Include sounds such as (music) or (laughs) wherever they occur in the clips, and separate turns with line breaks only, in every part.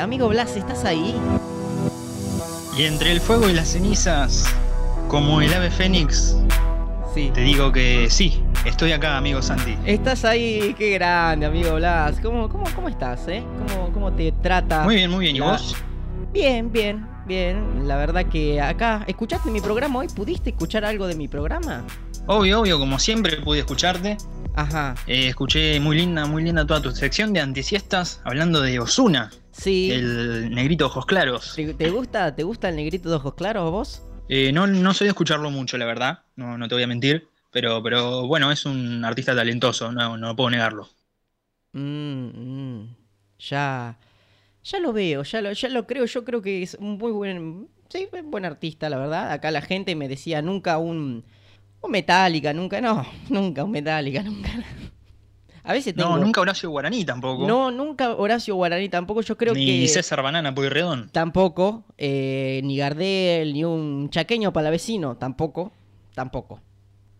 Amigo Blas, ¿estás ahí?
Y entre el fuego y las cenizas, como el ave fénix,
Sí.
te digo que sí, estoy acá, amigo Santi.
Estás ahí, qué grande, amigo Blas. ¿Cómo, cómo, cómo estás, eh? ¿Cómo, cómo te trata?
Muy bien, muy bien. ¿Y
la-
vos?
Bien, bien, bien. La verdad que acá, ¿escuchaste mi programa hoy? ¿Pudiste escuchar algo de mi programa?
Obvio, obvio, como siempre pude escucharte.
Ajá.
Eh, escuché muy linda, muy linda toda tu sección de antisiestas hablando de Osuna,
Sí.
el negrito ojos claros.
¿Te, te gusta, ¿Te gusta el negrito de ojos claros a vos?
Eh, no, no soy de escucharlo mucho, la verdad, no, no te voy a mentir, pero, pero bueno, es un artista talentoso, no, no puedo negarlo.
Mm, mm. Ya. Ya lo veo, ya lo, ya lo creo. Yo creo que es un muy buen. Sí, un buen artista, la verdad. Acá la gente me decía nunca un. Un Metallica, nunca, no. (laughs) Nunca un Metallica, nunca. A veces tengo.
No, nunca Horacio Guaraní tampoco.
No, nunca Horacio Guaraní tampoco. Yo creo
ni
que.
César Banana Pueyrredón.
Tampoco. eh, ni Gardel, ni un chaqueño palavecino. Tampoco. Tampoco.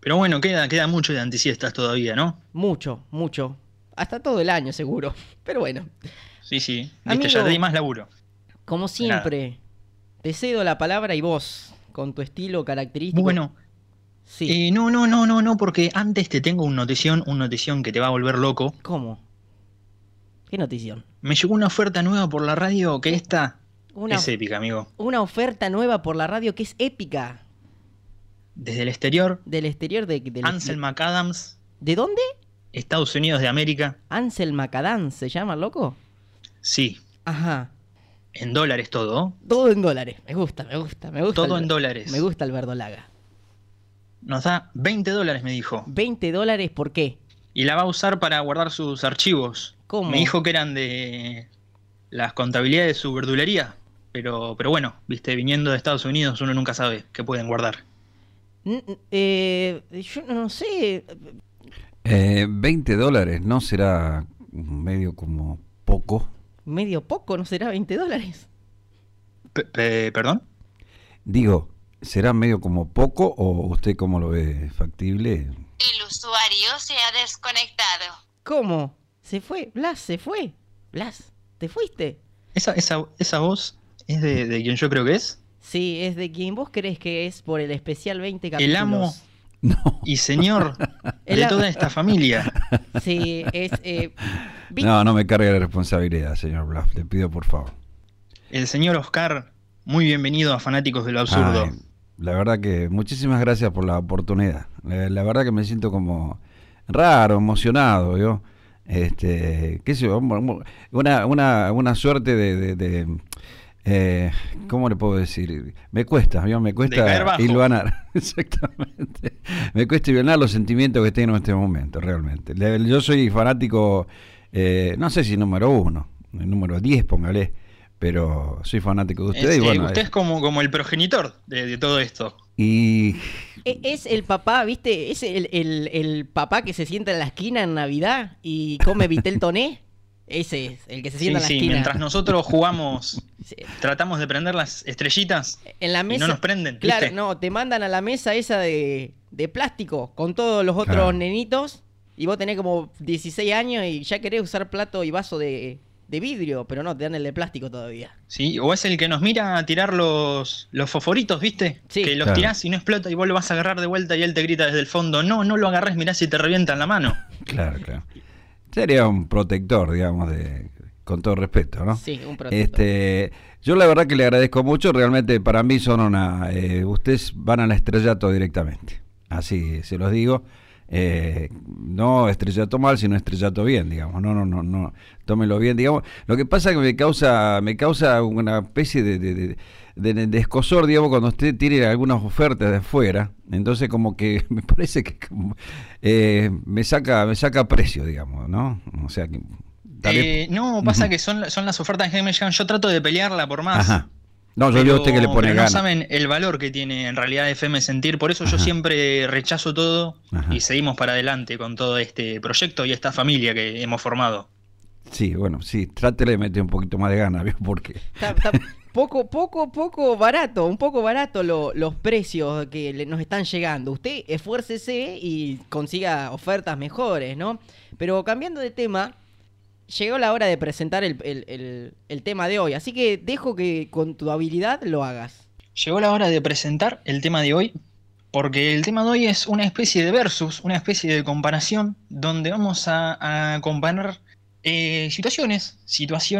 Pero bueno, queda, queda mucho de antisiestas todavía, ¿no?
Mucho, mucho. Hasta todo el año, seguro. (laughs) Pero bueno.
Sí, sí.
Amigo.
Viste, ya te di más laburo.
Como siempre, te cedo la palabra y vos, con tu estilo característico.
Bueno,
sí.
eh, no, no, no, no, no, porque antes te tengo un notición, un notición que te va a volver loco.
¿Cómo? ¿Qué notición?
Me llegó una oferta nueva por la radio que esta
Una,
es épica, amigo.
una oferta nueva por la radio que es épica.
Desde el exterior,
Del exterior de. del-
Ansel McAdams,
¿De dónde?
Estados Unidos de América.
Ansel Macadán se llama, loco.
Sí,
Ajá.
en dólares todo.
Todo en dólares. Me gusta, me gusta, me gusta.
Todo
el-
en dólares.
Me gusta el verdolaga.
Nos da 20 dólares, me dijo.
20 dólares, ¿por qué?
Y la va a usar para guardar sus archivos.
¿Cómo?
Me dijo que eran de las contabilidades de su verdulería. Pero, pero bueno, viste, viniendo de Estados Unidos uno nunca sabe qué pueden guardar.
N- n- eh, yo no sé.
Eh, 20 dólares, ¿no será medio como poco?
Medio poco, ¿no será 20 dólares?
Pe- pe- ¿Perdón?
Digo, ¿será medio como poco o usted cómo lo ve factible?
El usuario se ha desconectado.
¿Cómo? ¿Se fue? Blas, se fue. Blas, ¿te fuiste?
Esa, esa, esa voz es de, de quien yo creo que es.
Sí, es de quien vos crees que es por el especial 20 capítulos.
El amo
No,
y señor (laughs)
El
de
amo.
toda esta familia.
Sí, es...
(laughs)
eh, vi-
no, no me cargue la responsabilidad, señor Blas, le pido por favor.
El señor Oscar, muy bienvenido a Fanáticos de lo Absurdo.
Ay, la verdad que muchísimas gracias por la oportunidad. La, la verdad que me siento como raro, emocionado, yo. Este, qué sé yo, una, una, una suerte de, de- de, eh, ¿cómo le puedo decir? Me cuesta, ¿vio?
caer
me cuesta
bajo.
hilvanar, (laughs) exactamente. Me cuesta hilvanar los sentimientos que tengo en este momento, realmente. Le- Yo soy fanático, eh, no sé si número uno, el número 10, póngale, pero soy fanático de ustedes.
Es-
y
eh,
bueno,
usted
eh,
es como, como el progenitor de, de todo esto.
y
e- es el papá, ¿viste? Es el, el- el papá que se sienta en la esquina en Navidad y come vitel toné. Ese es, el que se
Sí,
sienta
sí,
en la
mientras
esquina.
nosotros jugamos,
Sí,
tratamos de prender las estrellitas
En la
y
mesa...
no nos prenden.
claro,
¿viste?
no, te mandan a la mesa esa de, de plástico con todos los otros
Claro.
nenitos y vos tenés como 16 años y ya querés usar plato y vaso de, de vidrio, pero no, te dan el de plástico todavía.
Sí, o es el que nos mira a tirar los, los fosforitos, ¿viste?
Sí.
que los
Claro.
tirás y no explota y vos lo vas a agarrar de vuelta y él te grita desde el fondo, no, no lo agarres, mirá si te revientan la mano.
Claro, claro. Sería un protector, digamos, de, con todo respeto, ¿no?
Sí, un producto.
Este, yo la verdad que le agradezco mucho, realmente para mí son una... eh, ustedes van al estrellato directamente, así se los digo. Eh, no estrellato mal, sino estrellato bien, digamos. No, no, no, no. Tómenlo bien, digamos. Lo que pasa es que me causa, me causa una especie de, de, de- de- de escosor, digamos, cuando usted tiene algunas ofertas de afuera. Entonces, como que (laughs) me parece que como, eh, me saca, me saca precio, digamos, ¿no? O sea que. tal
Eh,
vez-
no, pasa
Ujú.
que son, son las ofertas que me llegan, yo trato de pelearla por más.
Ajá. No, yo veo a usted que le pone
pero
ganas.
No saben el valor que tiene en realidad FM Sentir, por eso yo
Ajá.
siempre rechazo todo
Ajá.
y seguimos para adelante con todo este proyecto y esta familia que hemos formado.
Sí, bueno, sí, trátele de meter un poquito más de ganas, ¿vio? Porque.
Está- está poco, poco, poco barato, un poco barato lo- los precios que le- nos están llegando. Usted esfuércese y consiga ofertas mejores, ¿no? Pero cambiando de tema, llegó la hora de presentar el, el- el- el tema de hoy, así que dejo que con tu habilidad lo hagas.
Llegó la hora de presentar el tema de hoy, porque el tema de hoy es una especie de versus, una especie de comparación, donde vamos a, a comparar eh, situaciones,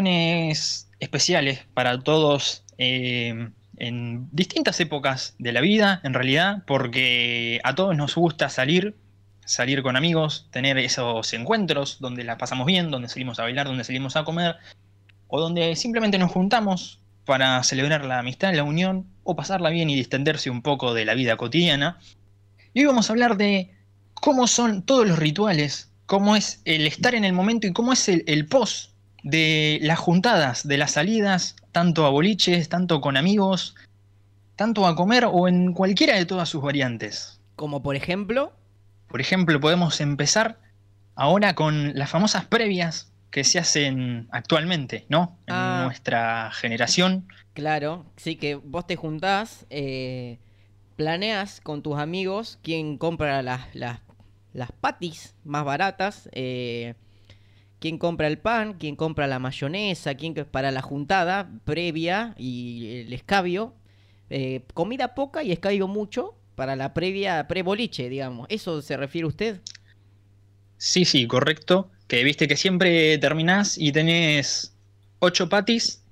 situaciones especiales para todos eh, en distintas épocas de la vida, en realidad, porque a todos nos gusta salir, salir con amigos, tener esos encuentros donde la pasamos bien, donde salimos a bailar, donde salimos a comer, o donde simplemente nos juntamos para celebrar la amistad, la unión, o pasarla bien y distenderse un poco de la vida cotidiana. Y hoy vamos a hablar de cómo son todos los rituales, cómo es el estar en el momento y cómo es el, el post de las juntadas, de las salidas, tanto a boliches, tanto con amigos, tanto a comer o en cualquiera de todas sus variantes.
Como por ejemplo,
Por ejemplo, podemos empezar ahora con las famosas previas que se hacen actualmente, ¿no? En
Ah.
nuestra generación.
claro, sí que vos te juntás, eh, planeás con tus amigos quién compra las, las, las patis más baratas, eh, quién compra el pan, quién compra la mayonesa, quién que- para la juntada previa y el escabio. eh, comida poca y escabio mucho para la previa pre-boliche, digamos. ¿Eso se refiere usted?
Sí, sí, correcto. Que viste que siempre terminás y tenés 8 patis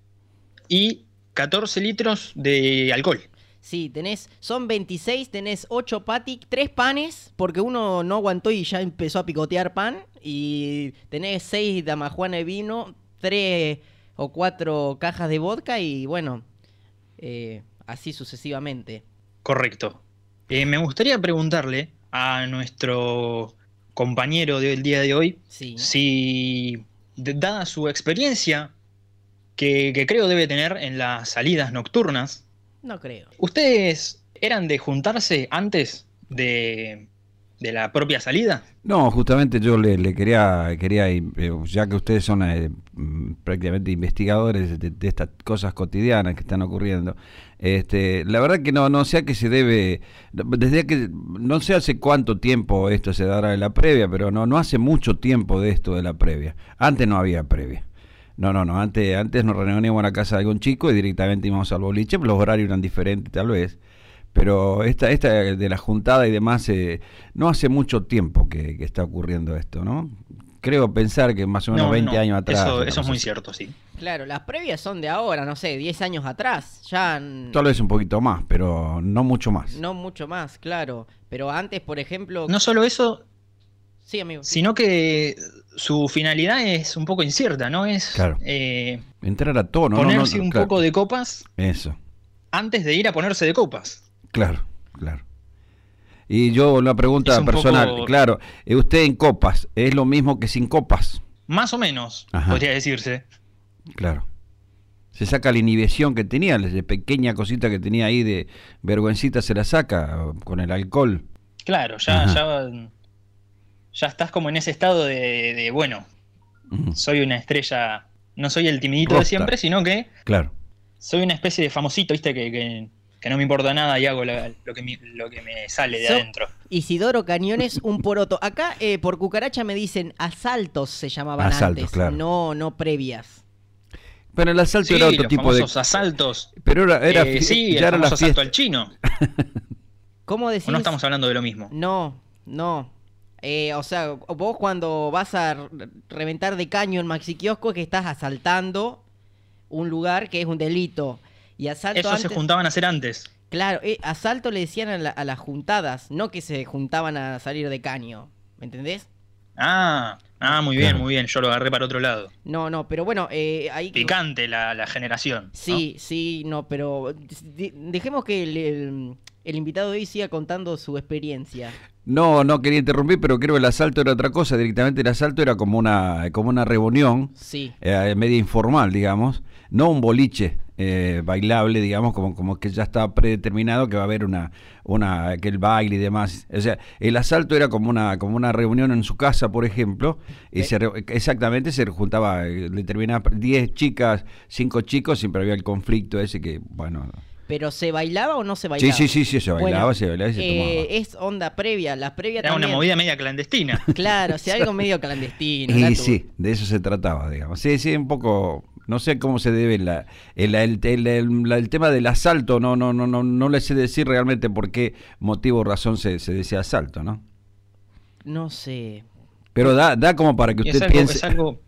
y 14 litros de alcohol.
Sí, tenés, son 26, tenés 8 patis, 3 panes, porque uno no aguantó y ya empezó a picotear pan. Y tenés 6 damajuana de vino, 3 o 4 cajas de vodka y bueno, eh, así sucesivamente.
Correcto. Eh, me gustaría preguntarle a nuestro compañero del día de hoy,
Sí.
si, de- dada su experiencia, que, que creo debe tener en las salidas nocturnas,
No creo.
¿ustedes eran de juntarse antes de, de la propia salida?
No, justamente yo le, le quería, quería, eh, ya que ustedes son eh, mm, prácticamente investigadores de, de estas cosas cotidianas que están ocurriendo, este, la verdad que no, no sé a qué se debe, desde que, no sé hace cuánto tiempo esto se dará de la previa, pero no, no hace mucho tiempo de esto de la previa. Antes no había previa. No, no, no, antes, antes nos reuníamos en la casa de algún chico y directamente íbamos al boliche, los horarios eran diferentes tal vez. Pero esta, esta de la juntada y demás, eh, no hace mucho tiempo que, que está ocurriendo esto, ¿no? Creo pensar que más o menos 20 años atrás.
Eso,
una
eso es
cosa
muy
así.
cierto, sí.
Claro, las previas son de ahora, no sé, 10 años atrás. Ya. n-
Tal vez un poquito más, pero no mucho más.
No mucho más, claro. Pero antes, por ejemplo.
No solo eso,
Sí, amigo.
sino que su finalidad es un poco incierta, ¿no? Es
Claro.
eh,
Entrar a tono, ¿no? no,
ponerse
no,
un
claro.
poco de copas
Eso,
antes de ir a ponerse de copas.
claro, claro. Y yo la pregunta
Es un
personal,
poco-
claro, eh, usted en copas, ¿es lo mismo que sin copas?
Más o menos,
Ajá.
podría decirse.
Claro. Se saca la inhibición que tenía, la pequeña cosita que tenía ahí de vergüencita se la saca con el alcohol.
Claro, ya,
Ajá.
ya, ya estás como en ese estado de, de, bueno,
Ujú,
soy una estrella, no soy el timidito de
Rockstar.
siempre, sino que
Claro.
soy una especie de famosito, ¿viste? Que, que- que no me importa nada y hago la- lo, que me, lo que me sale de
So-
adentro.
Isidoro Cañones, un poroto. Acá eh, por cucaracha me dicen asaltos se llamaban
Asaltos,
antes,
claro.
no, no previas.
Pero el asalto
Sí,
era otro
los
tipo de.
famosos asaltos.
Pero era, era
Eh,
fie-
sí,
ya
el
era
famoso
la
asalto
fiesta.
al chino.
(laughs)
¿Cómo decís?
¿O no estamos hablando de lo mismo?
No, no. Eh, o sea, vos cuando vas a re- reventar de caño en Maxi Kiosco es que estás asaltando un lugar que es un delito. Y asalto
Eso se
antes-
juntaban a hacer antes.
Claro, eh, asalto le decían a, la- a las juntadas, no que se juntaban a salir de caño. ¿Me entendés?
Ah, ah muy bien,
Claro.
muy bien. Yo lo agarré para otro lado.
No, no, pero bueno, eh, ahí...
Picante la, la generación. ¿no?
Sí, sí, no, pero de- dejemos que el, el- el invitado de hoy siga contando su experiencia.
No, no quería interrumpir, pero creo que el asalto era otra cosa. Directamente el asalto era como una, como una reunión,
Sí,
eh, media informal, digamos. No un boliche eh, bailable, digamos, como, como que ya está predeterminado que va a haber una, una, que el baile y demás. O sea, el asalto era como una, como una reunión en su casa, por ejemplo, y
Eh.
se re- exactamente se juntaba, eh, le terminaba 10 chicas, 5 chicos, siempre había el conflicto ese que, bueno,
Pero ¿se bailaba o no se
Sí,
bailaba?
sí, sí, sí, se
Bueno,
bailaba, se bailaba y se
eh,
tomaba.
es onda previa, la previa
Era una
también.
movida media clandestina.
(laughs) Claro, si algo medio clandestino. la
(laughs) Y
tu-
sí, de eso se trataba, digamos. Sí, sí, un poco, no sé cómo se debe la, el, el- el- el- la- el tema del asalto, no, no, no, no, no le sé decir realmente por qué motivo o razón se, se decía asalto, ¿no?
No sé.
Pero da, da como para (laughs) que
Y es,
usted
algo,
piense.
es algo-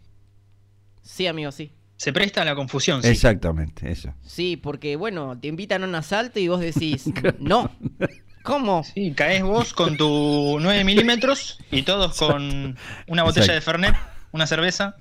Sí, amigo, sí.
Se presta a la confusión. sí.
Exactamente, eso.
Sí, porque bueno, te invitan a un asalto y vos decís,
(laughs)
no. ¿Cómo?
Sí, caes vos con tu 9 milímetros y todos con una botella de Fernet, una cerveza.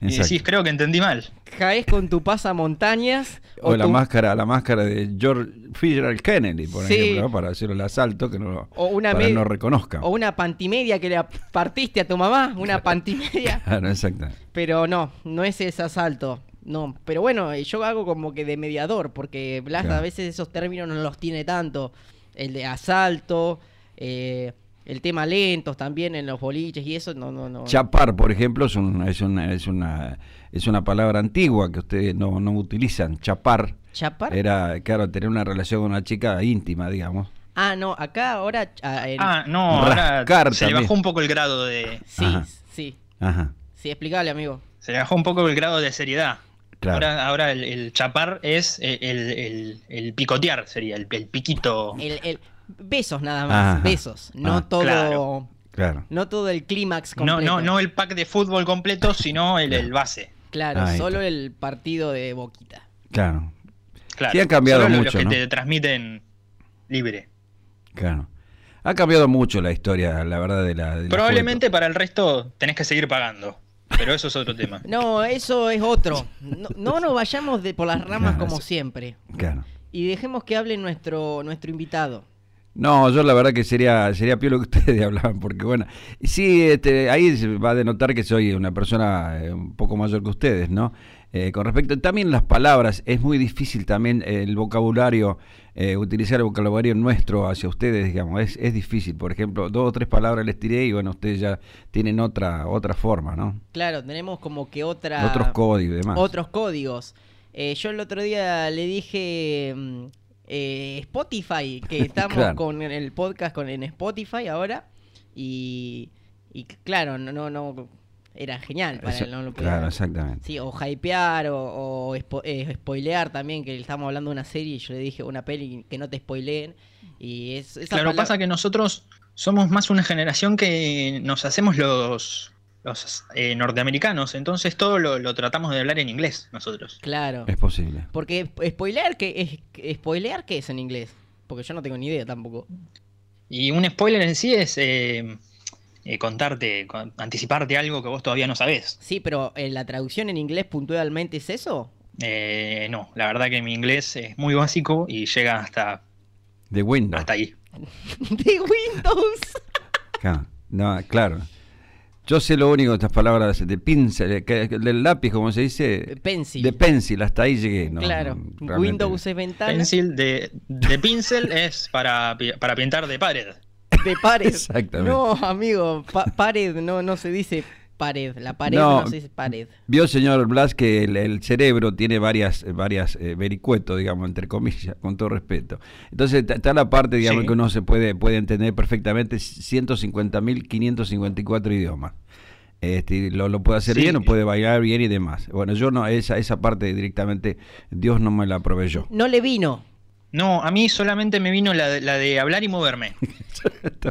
Y
Exacto.
decís, creo que entendí mal.
Caes con tu pasamontañas
O la
tu-
máscara, la máscara de George Fitzgerald Kennedy, por
Sí.
ejemplo, ¿no? para hacer el asalto que no, lo-
O una
para
me-
no reconozca.
o una pantimedia que le partiste a tu mamá,
(laughs)
una pantimedia.
Claro, exacto.
Pero no, no es ese asalto. No, pero bueno, eh, yo hago como que de mediador, porque Blas
Claro.
a veces esos términos no los tiene tanto. El de asalto, eh, el tema lentos también en los boliches y eso, no, no, no.
Chapar, por ejemplo, es, un- es una, es, una, es una palabra antigua que ustedes no, no utilizan. Chapar
¿Chapar?
era, claro, tener una relación con una chica íntima, digamos.
Ah, no, acá ahora... ah, en-
Ah, no, ahora
Rascar
se le
también.
bajó un poco el grado de.
sí,
ajá.
sí,
Ajá,
sí, explicable, amigo.
Se le bajó un poco el grado de seriedad.
claro.
Ahora, ahora el, el chapar es el, el- el- el picotear, sería el, el piquito.
El, el- Besos nada más,
Ajá.
besos. No
Ah,
todo...
claro.
claro.
No todo el clímax
No,
completo.
no, no el pack de fútbol completo, sino el, el base.
Claro,
Ah, Ahí
solo
está.
el partido de Boquita.
Claro,
Claro.
Sí, ha cambiado
Solo los-
mucho,
Los que
¿no?
te transmiten libre.
claro. Ha cambiado mucho la historia, la verdad, de la... de la
Probablemente para el resto tenés que seguir pagando. Pero eso es otro tema.
No, eso es otro. No, no nos vayamos de por las ramas
Claro,
como
eso-
siempre.
foto. Claro.
Y dejemos que hable nuestro, nuestro invitado.
No, yo la verdad que sería sería pío lo que (laughs) ustedes hablaban, porque bueno, y sí, este, ahí se va a denotar que soy una persona eh, un poco mayor que ustedes, ¿no? Eh, con respecto, también las palabras, es muy difícil también el vocabulario, eh, utilizar el vocabulario nuestro hacia ustedes, digamos, es, es difícil. Por ejemplo, dos o tres palabras les tiré y bueno, ustedes ya tienen otra otra forma, ¿no?
Claro, tenemos como que otra,
Otros códigos y demás.
otros códigos. Eh, yo el otro día le dije mm, eh, Spotify,
(laughs)
que estamos
Claro.
con el podcast con, en Spotify ahora. Y, y claro, no, no, no, era genial para
Eso-
él. No lo podía-
claro, exactamente.
Sí, o hypear o, o spo- eh, spoilear también, que estamos hablando de una serie y yo le dije una peli que no te spoileen. Y es, esa
Claro,
palabra-
pasa que nosotros somos más una generación que nos hacemos los, los eh, norteamericanos, entonces todo lo, lo tratamos de hablar en inglés nosotros.
Claro.
Es posible.
Porque sp- spoilear, que es, que- spoilear qué es en inglés? Porque yo no tengo ni idea tampoco.
Y un spoiler en sí es eh, eh, contarte, con- anticiparte algo que vos todavía no sabés.
Sí, pero eh, la traducción en inglés puntualmente es eso. (laughs)
Eh, no, la verdad que mi inglés es muy básico y llega hasta,
De Windows.
hasta ahí.
De Windows.
Claro, no, claro. Yo sé lo único de estas palabras de pincel, de- que- del lápiz, como se dice.
Eh, pencil.
De pencil, hasta ahí llegué. no,
claro.
no, realmente
Windows es ventana
Pencil de, de pincel es para, pi- para pintar de pared.
de pared.
Exactamente.
No, amigo, pa- pared, no, no se dice pared. La pared
No.
no se dice pared.
Vio, señor Blas, que el, el cerebro tiene varias, varias eh, vericuetos, digamos, entre comillas, con todo respeto. Entonces, ta- está la parte, digamos,
Sí.
que uno se puede, puede entender perfectamente 150.554 idiomas. Este, lo, lo puede hacer
Sí.
bien, lo puede bailar bien y demás. Bueno, yo no, esa, esa parte directamente Dios no me la proveyó.
No le vino.
No, a mí solamente me vino la de- la de hablar
(laughs)
y moverme.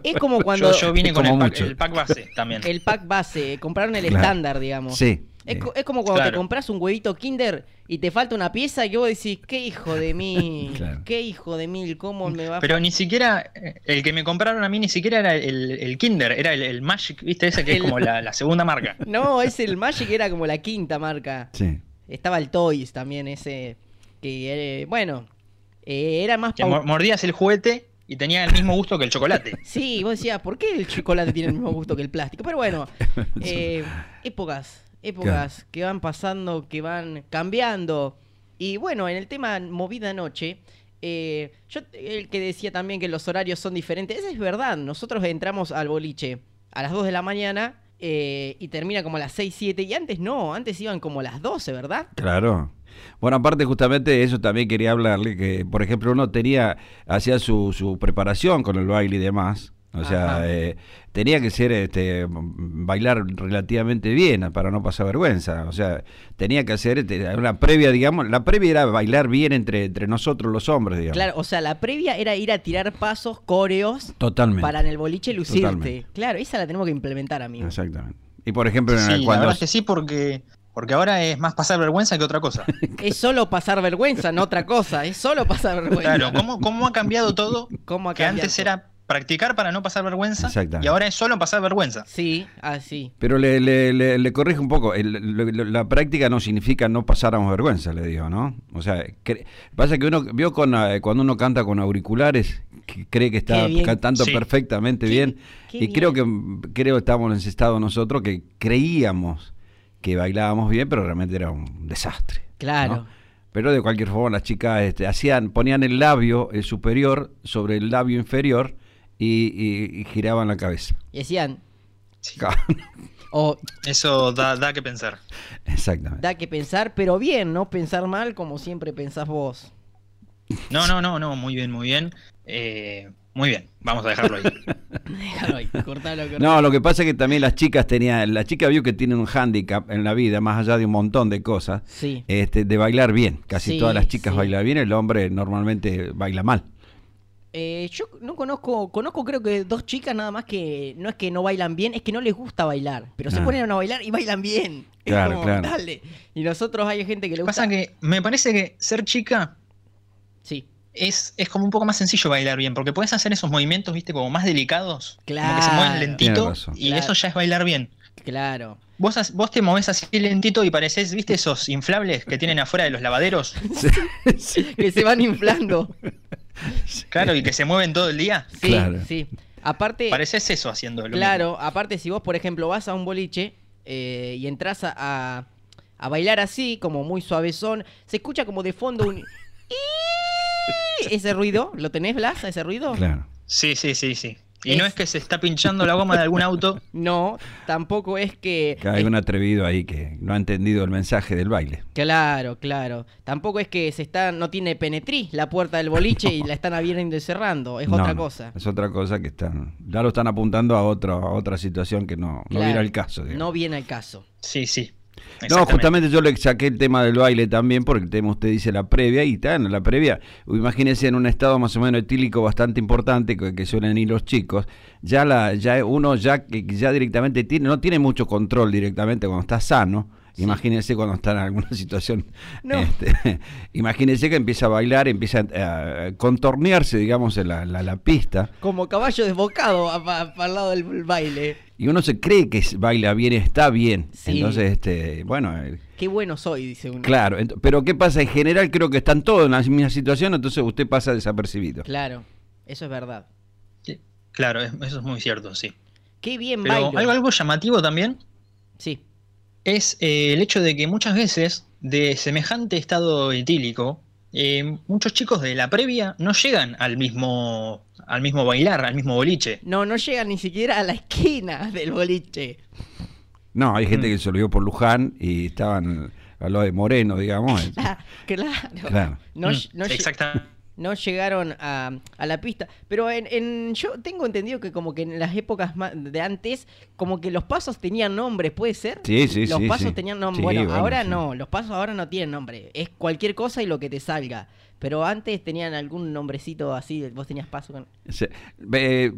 Es
(laughs)
como cuando
Yo, yo vine
Es
con
como
el pack,
mucho.
el pack base
(laughs)
también.
el pack base, eh, compraron el
Claro.
estándar, digamos.
Sí.
Es,
Eh,
co- es como cuando te
Claro.
compras un huevito Kinder y te falta una pieza y vos decís, qué hijo de mil,
(laughs) Claro.
qué hijo de mil, cómo me va a
Pero ni siquiera, eh, el que me compraron a mí ni siquiera era el, el Kinder, era el, el Magic, ¿viste? Ese que
El-
es como la, la segunda marca.
(laughs) No, es el Magic, era como la quinta marca.
sí.
Estaba el Toys también, ese. Que, eh, bueno, eh, era más.
Que
pau-
mo- mordías el juguete y tenía el mismo gusto que el chocolate.
(laughs) Sí, vos decías, ¿por qué el chocolate tiene el mismo gusto que el plástico? Pero
(laughs)
bueno, eh, épocas, épocas que van pasando, que van cambiando. Y bueno, en el tema movida noche, eh, yo el que decía también que los horarios son diferentes, eso es verdad, nosotros entramos al boliche a las 2 de la mañana eh, y termina como a las 6, 7, y antes no, antes iban como a las 12, ¿verdad?
Claro. Bueno, aparte justamente de eso también quería hablarle, que por ejemplo uno tenía, hacía su, su preparación con el baile y demás, o sea,
Ajá.
eh, tenía que ser, este, bailar relativamente bien para no pasar vergüenza, o sea, tenía que hacer este, una previa, digamos, la previa era bailar bien entre, entre nosotros los hombres, digamos.
Claro, o sea, la previa era ir a tirar pasos, coreos,
Totalmente.
para en el boliche lucirte.
Totalmente.
Claro, esa la tenemos que implementar, amigo.
Exactamente. Y por ejemplo,
sí, la
cuando...
verdad es que sí, porque, porque ahora es más pasar vergüenza que otra
(laughs)
cosa.
Es solo pasar vergüenza, no otra cosa. Es solo pasar vergüenza.
Claro, ¿cómo, cómo ha cambiado todo?
(laughs) ¿Cómo ha
que
cambiado
antes
todo?
era practicar para no pasar vergüenza
Exactamente.
y ahora es solo pasar vergüenza.
Sí, así.
Pero le, le, le- le corrijo un poco, el- lo- lo- la práctica no significa no pasáramos vergüenza, le digo, ¿no? O sea, cre- pasa que uno, vio con, eh, cuando uno canta con auriculares, que cree que está
Qué bien.
cantando
Sí.
perfectamente
Qué-
bien,
qué
y
bien.
creo que creo estábamos encestados nosotros que creíamos que bailábamos bien, pero realmente era un desastre. ¿no?
Claro.
Pero de cualquier forma las chicas este, hacían, ponían el labio eh, superior sobre el labio inferior y, y- y giraban la cabeza.
Y decían,
Sí,
o
Eso da, da que pensar.
(laughs) Exactamente.
da que pensar, pero bien, no pensar mal como siempre pensás
(laughs)
vos.
No, no, no, no, muy bien, muy bien. Eh, muy bien, vamos a
(laughs)
dejarlo ahí.
Déjalo ahí, cortalo, cortalo.
No, lo que pasa es que también las chicas tenían, la chica vio que tienen un hándicap en la vida, más allá de un montón de cosas,
Sí.
este, de bailar bien. Casi
Sí,
todas las chicas
sí.
bailan bien, el hombre normalmente baila mal.
Eh, yo no conozco, conozco creo que dos chicas nada más que no es que no bailan bien, es que no les gusta bailar, pero se
Ah.
ponen a bailar y bailan bien. Es
Claro,
como,
claro.
dale. Y nosotros hay gente que le gusta.
Pasa que me parece que ser chica
Sí,
es, es como un poco más sencillo bailar bien, porque puedes hacer esos movimientos, viste, como más delicados, como que se
Claro.
mueven
Tienes
lentito
razón.
y
Claro.
eso ya es bailar bien.
claro. (laughs)
Vos, as- vos te movés así lentito y pareces, viste, esos inflables que tienen afuera de
(laughs)
los lavaderos,
Que se van inflando.
claro, y que se mueven todo el día.
Sí,
Claro.
sí. Aparte,
Pareces eso haciendo lo
claro, aparte si vos, por ejemplo, vas a un boliche eh, y entras a, a, a bailar así, como muy suavezón, se escucha como de fondo
(laughs)
un... Ese ruido, ¿lo tenés, Blas, ese ruido?
Claro.
mismo. Sí, sí, sí, sí. Y
Es-
no es que se está pinchando la goma de algún auto.
No, tampoco es que...
Que Hay un atrevido ahí que no ha entendido el mensaje del baile.
Claro, claro. Tampoco es que se está, no tiene penetris la puerta del boliche y la están abriendo y cerrando. Es
No,
otra
no,
cosa.
Es otra cosa que están, ya lo están apuntando a, otro, a otra situación que no, no
Claro,
viera el caso. digamos.
No viene al caso.
Sí, sí.
No,
Exactamente.
justamente yo le saqué el tema del baile también, porque el tema usted dice la previa, y está en la previa, imagínense en un estado más o menos etílico bastante importante que, que suelen ir los chicos, ya la, ya uno ya que que ya directamente tiene, no tiene mucho control directamente cuando está sano.
Sí.
Imagínense cuando está en alguna (laughs) situación.
No.
este, (laughs) imagínense que empieza a bailar, empieza a, a contornearse, digamos, en la, la- la pista.
Como caballo desbocado para el lado del baile.
Y uno se cree que s- baila bien, está bien.
Sí.
Entonces, este, bueno, eh,
Qué bueno soy, dice uno.
Claro, ent- pero ¿qué pasa? En general creo que están todos en la misma situación, entonces usted pasa desapercibido.
Claro, eso es verdad.
Sí, Claro, es- eso es muy cierto, sí.
Qué bien
Pero
bailo.
algo, algo llamativo también
Sí,
es eh, el hecho de que muchas veces, de semejante estado etílico, eh, muchos chicos de la previa no llegan al mismo, al mismo bailar, al mismo boliche.
no, no llega ni siquiera a la esquina (laughs) del boliche.
No, hay gente
Mm.
que se olvidó por Luján y estaban al lado de
(laughs)
Moreno, digamos. eh.
Ah, claro.
Claro.
No,
Mm,
ll- no lle-
exactamente.
no llegaron a, a la pista. Pero en, en- yo tengo entendido que como que en las épocas ma- de antes, como que los pasos tenían nombres, ¿puede ser?
Sí, sí,
Los
sí,
pasos
sí.
tenían nombre.
Sí,
bueno,
bueno,
ahora
sí.
no, los pasos ahora no tienen nombre. Es cualquier cosa y lo que te salga. Pero antes tenían algún nombrecito así, vos tenías paso con...
Se- eh,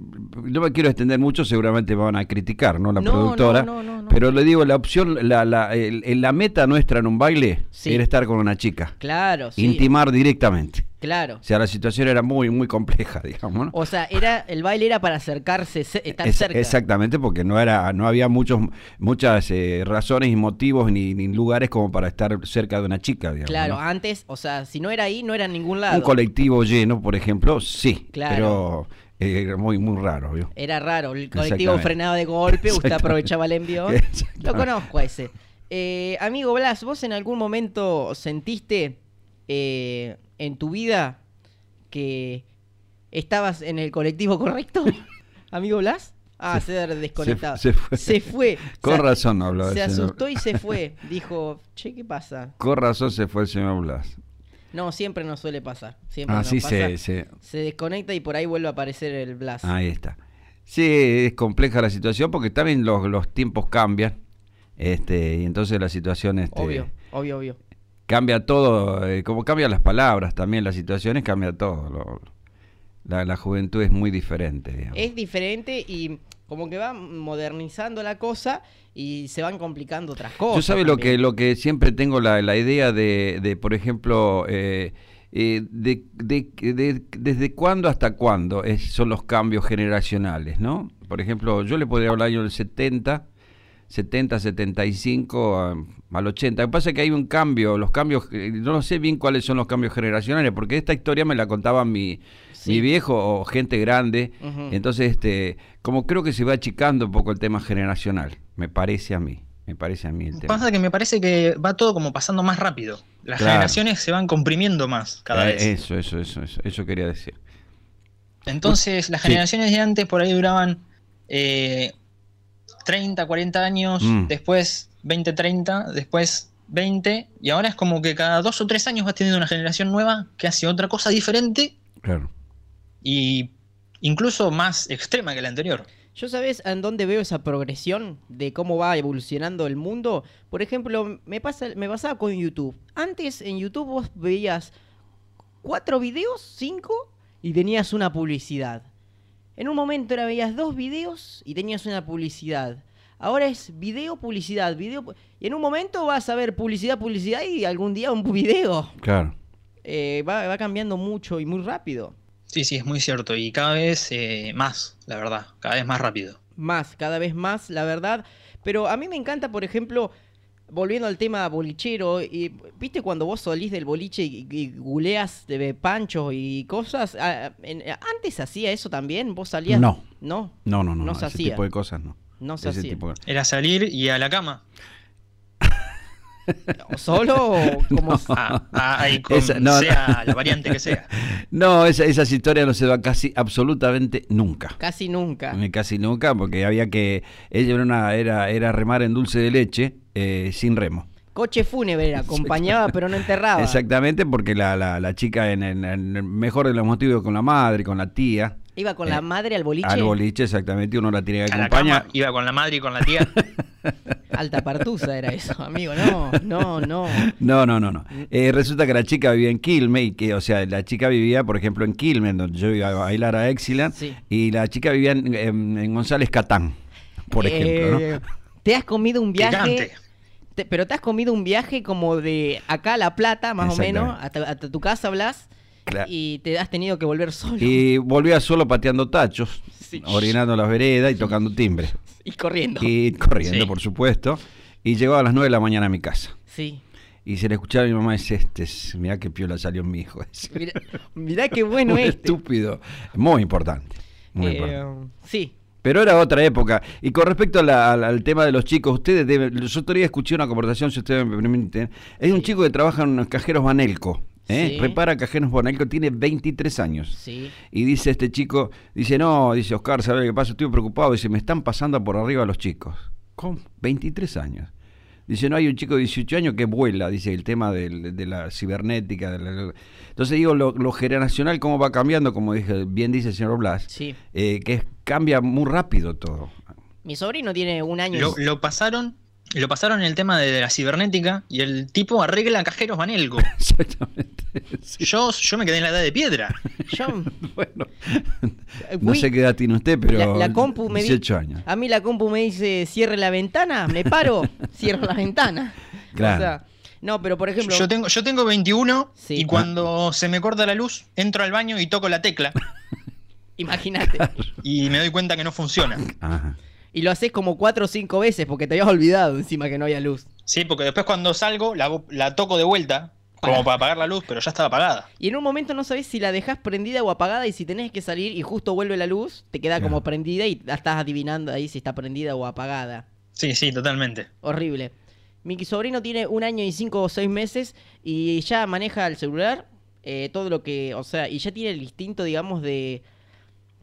no me quiero extender mucho, seguramente van a criticar, ¿no? La
No,
productora.
no, no, no, no.
Pero le digo, la opción, la, la, el- el- la meta nuestra en un baile
Sí.
era estar con una chica.
Claro, sí.
Intimar directamente.
Claro.
O sea, la situación era muy, muy compleja, (laughs) digamos, ¿no?
O sea, era, el baile era para acercarse, se- estar
Es-
cerca.
Exactamente, porque no era, no había muchos, muchas eh, razones y motivos ni, ni lugares como para estar cerca de una chica, digamos,
Claro,
¿no?
antes, o sea, si no era ahí, no era en ningún
Un
lado.
colectivo lleno, por ejemplo, sí,
Claro.
pero eh, era muy, muy raro, ¿vio?
Era raro, el colectivo
Exactamente.
frenaba de golpe, usted
Exactamente.
aprovechaba el
(laughs)
envío.
Exactamente.
Lo conozco a ese. Eh, amigo Blas, ¿vos en algún momento sentiste eh, en tu vida que estabas en el colectivo correcto? (laughs) amigo Blas, Ah, a ser desconectado.
se fue.
Se fue.
Con
Se-
razón no hablaba
Se
el señor.
asustó y se
(laughs)
fue. Dijo, che, ¿qué pasa?
Con razón se fue el señor Blas.
No, siempre no suele pasar. Siempre
Así
nos pasa.
se, se-
Se desconecta y por ahí vuelve a aparecer el Blas.
Ahí está. Sí, es compleja la situación porque también los, los tiempos cambian. Este, y entonces la situación este, eh,
Obvio, obvio, obvio.
cambia todo, eh, como cambian las palabras también, las situaciones, cambia todo. lo- la, la juventud es muy diferente, digamos.
Es diferente y como que va modernizando la cosa y se van complicando otras cosas.
Yo sabe lo que,
también.
lo que siempre tengo la, la idea de, de, por ejemplo, eh, eh, de, de- de- desde cuándo hasta cuándo es- son los cambios generacionales, ¿no? Por ejemplo, yo le podría hablar yo del 70, 70, 75 a- al 80. Lo que pasa es que hay un cambio, los cambios, eh, no sé bien cuáles son los cambios generacionales, porque esta historia me la contaba mi,
Sí.
mi viejo o gente grande.
Ujú.
Entonces, este, como creo que se va achicando un poco el tema generacional, me parece a mí. Me parece a mí el tema.
Pasa que me parece que va todo como pasando más rápido. Las
Claro.
generaciones se van comprimiendo más cada
Eh,
vez.
Eso, eso, eso, eso, eso quería decir.
Entonces, las
Sí.
generaciones de antes por ahí duraban eh, 30, 40 años,
Mm.
después 20, 30, después 20, y ahora es como que cada dos o tres años vas teniendo una generación nueva que hace otra cosa diferente
Claro.
y incluso más extrema que la anterior.
Yo sabes en dónde veo esa progresión de cómo va evolucionando el mundo. Por ejemplo, me pasa, me pasaba con YouTube. Antes en YouTube vos veías cuatro videos, cinco, y tenías una publicidad. En un momento era veías dos videos y tenías una publicidad. Ahora es video, publicidad, video. pu- Y en un momento vas a ver publicidad, publicidad y algún día un (laughs) video.
Claro.
Eh, va, va cambiando mucho y muy rápido.
Sí, sí, es muy cierto, y cada vez eh, más, la verdad, cada vez más rápido.
más, cada vez más, la verdad. Pero a mí me encanta, por ejemplo, volviendo al tema bolichero, y, ¿viste cuando vos solís del boliche y, y guleas de panchos y cosas? Ah, en- antes hacía eso también, vos salías...
No.
No,
No, no, no.
No
no,
se
ese
hacía.
tipo de cosas no.
no se
Ese
hacía.
tipo de-
Era salir y a la cama.
¿O ¿Solo
(laughs)
o como...
Ah, ah, ahí con-
Esa- no, no.
sea la variante que sea.
No, esa- esas historias no se dan casi absolutamente nunca.
Casi nunca.
Ni Casi nunca, porque había que. Ella era, una, era, era remar en dulce de leche eh, sin remo.
Coche fúnebre, era, acompañaba pero no enterraba.
Exactamente, porque la, la, la chica, en, en- en el mejor de los motivos, con la madre, con la tía,
Iba con
Eh,
la madre al boliche,
al boliche, exactamente, uno la tiene que
A la
acompañar.
cama, iba con la madre y con la
(laughs)
tía.
alta partusa era eso, amigo. No, no, no.
No, no, no, no.
Mm.
Eh, resulta que la chica vivía en Quilmes y que, o sea, la chica vivía, por ejemplo, en Quilmes, donde yo iba a bailar a Exiland,
Sí.
y la chica vivía en, en- en González Catán, (laughs) por ejemplo, ¿no?
Eh, ¿Te has comido un viaje?
Gigante.
Te- pero te has comido un viaje como de acá a La Plata, más o menos,
Exactamente.
hasta, hasta tu casa, Blas,
Claro.
y te has tenido que volver solo y,
Y volvía solo pateando tachos,
Sí.
orinando las veredas y tocando timbre.
corriendo.
Y corriendo,
Sí.
por supuesto. Y llegaba a las 9 de la mañana a mi casa.
Sí.
Y se le escuchaba a mi mamá, es este, es- mirá qué piola salió mi hijo. (laughs) Es
Mirá, mirá qué bueno
(laughs) un
este.
estúpido. Muy importante. Muy
Eh,
importante.
sí.
Pero era otra época. Y con respecto a la- al, al tema de los chicos, ustedes deben. Yo todavía escuché una conversación, si ustedes me permiten. Es un chico que trabaja en unos cajeros Banelco. ¿eh?
Sí.
Repara cajeros Banelco, tiene 23 años.
Sí.
Y dice este chico: Dice, no, dice Oscar, ¿sabes lo que pasa? Estoy preocupado. Dice, me están pasando por arriba los chicos. ¿Cómo? 23 años. Dice, no, hay un chico de 18 años que vuela, dice el tema del- de la cibernética. de la- Entonces digo, lo, lo generacional, cómo va cambiando, como dije, bien dice el señor Blas
Sí.
eh, que es- cambia muy rápido todo.
Mi sobrino tiene un año. y-
Lo, lo pasaron, lo pasaron en el tema de la cibernética y el tipo arregla
(laughs)
cajeros Banelco.
Exactamente.
Yo, yo me quedé en la edad de piedra.
Yo-
(laughs)
Eh,
Bueno, no
Fui-
sé qué edad tiene usted, pero
la, la compu me di-
18 años.
A mí la compu me dice, cierre la ventana, me
(laughs)
paro, cierro la ventana. O
Claro.
sea, no, pero por ejemplo...
Yo tengo, yo tengo 21
Sí.
y cuando se me corta la luz, entro al baño y toco la tecla
(laughs)
Imagínate.
y me doy cuenta que no funciona.
Ah,
Ajá.
Y lo haces como cuatro o cinco veces porque te habías olvidado encima que no había luz.
Sí, porque después cuando salgo la, la toco de vuelta, como para apagar la luz, pero ya estaba apagada.
Y en un momento no sabes si la dejas prendida o apagada y si tenés que salir y justo vuelve la luz, te queda como
Claro.
prendida y la estás adivinando ahí si está prendida o apagada.
Sí, sí, totalmente.
Horrible. Mi sobrino tiene un año y cinco o seis meses y ya maneja el celular, eh, todo lo que, o sea, y ya tiene el instinto, digamos, de,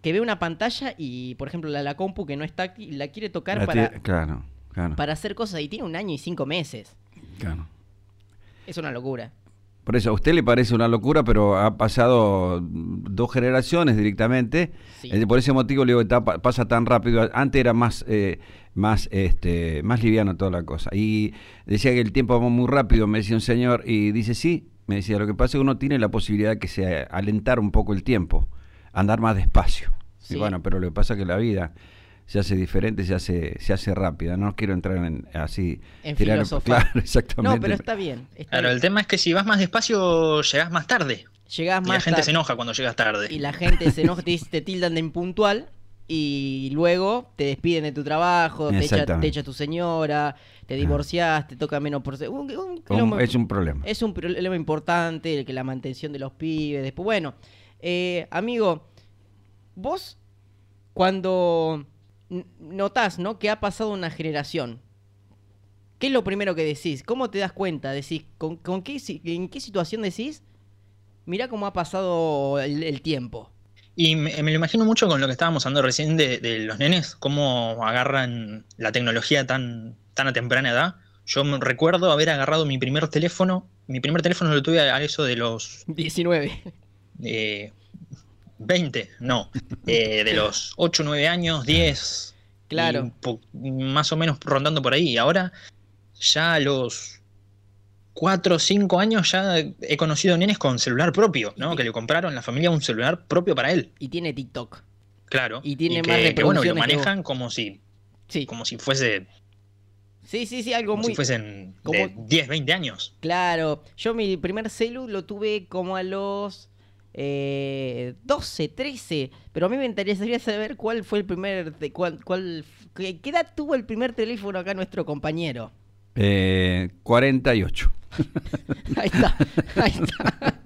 que ve una pantalla y, por ejemplo, la de la compu que no es táctil, la quiere tocar
La
para,
ti- Claro, claro,
para hacer cosas y tiene un año y cinco meses.
claro.
Es una locura.
Por eso, a usted le parece una locura, pero ha pasado dos generaciones directamente.
Sí.
Eh, Por ese motivo le digo que ta- pa- pasa tan rápido. Antes era más, eh, más, este, más liviano toda la cosa. Y decía que el tiempo va muy rápido, me decía un señor, y dice sí. Me decía, lo que pasa es que uno tiene la posibilidad que se alentar un poco el tiempo, andar más despacio.
Sí.
Y bueno, pero lo que pasa es que la vida se hace diferente, se hace, se hace rápida. No quiero entrar en así.
En
tirar-
filosofar.
(laughs) Claro, exactamente.
No, pero está bien. está
Claro,
bien.
el tema es que si vas más despacio, llegás más tarde.
Llegás más
Y la gente
tarde
se enoja cuando llegas tarde.
y la gente se enoja, te, dice- te tildan de impuntual y luego te despiden de tu trabajo, te echa,
Exactamente.
te echa tu señora, te divorciás, te toca menos por... se- un- un
Un-
quilombo-
es un problema.
Es un problema importante, el que la mantención de los pibes. Después, bueno, eh, amigo, vos cuando n- notás, ¿no? Que ha pasado una generación. ¿Qué es lo primero que decís? ¿Cómo te das cuenta? Decís, ¿con, con qué, si- ¿En qué situación decís? Mirá cómo ha pasado el, el tiempo.
Y me, me lo imagino mucho con lo que estábamos hablando recién de, de los nenes, cómo agarran la tecnología tan, tan a temprana edad. Yo me recuerdo haber agarrado mi primer teléfono. Mi primer teléfono lo tuve a, a eso de los
19.
eh, 20, no, eh, de los 8, 9 años, 10.
(laughs)
y
Claro.
un po- más o menos rondando por ahí. Y ahora, ya a los 4 o 5 años, ya he conocido nenes con celular propio, ¿no? Que le compraron la familia un celular propio para él.
Y tiene TikTok.
Claro.
Y tiene
que,
más
que, bueno, lo
reproducciones que vos.
manejan como si
Sí.
como si fuese
Sí, sí, sí, algo
como
muy...
si fuesen de
como-
10, 20 años.
Claro, yo mi primer celu lo tuve como a los eh, 12, 13, pero a mí me interesaría saber cuál fue el primer, de cuál, cuál, qué, qué edad tuvo el primer teléfono acá nuestro compañero. (laughs)
Eh, 48.
Ahí está, ahí está.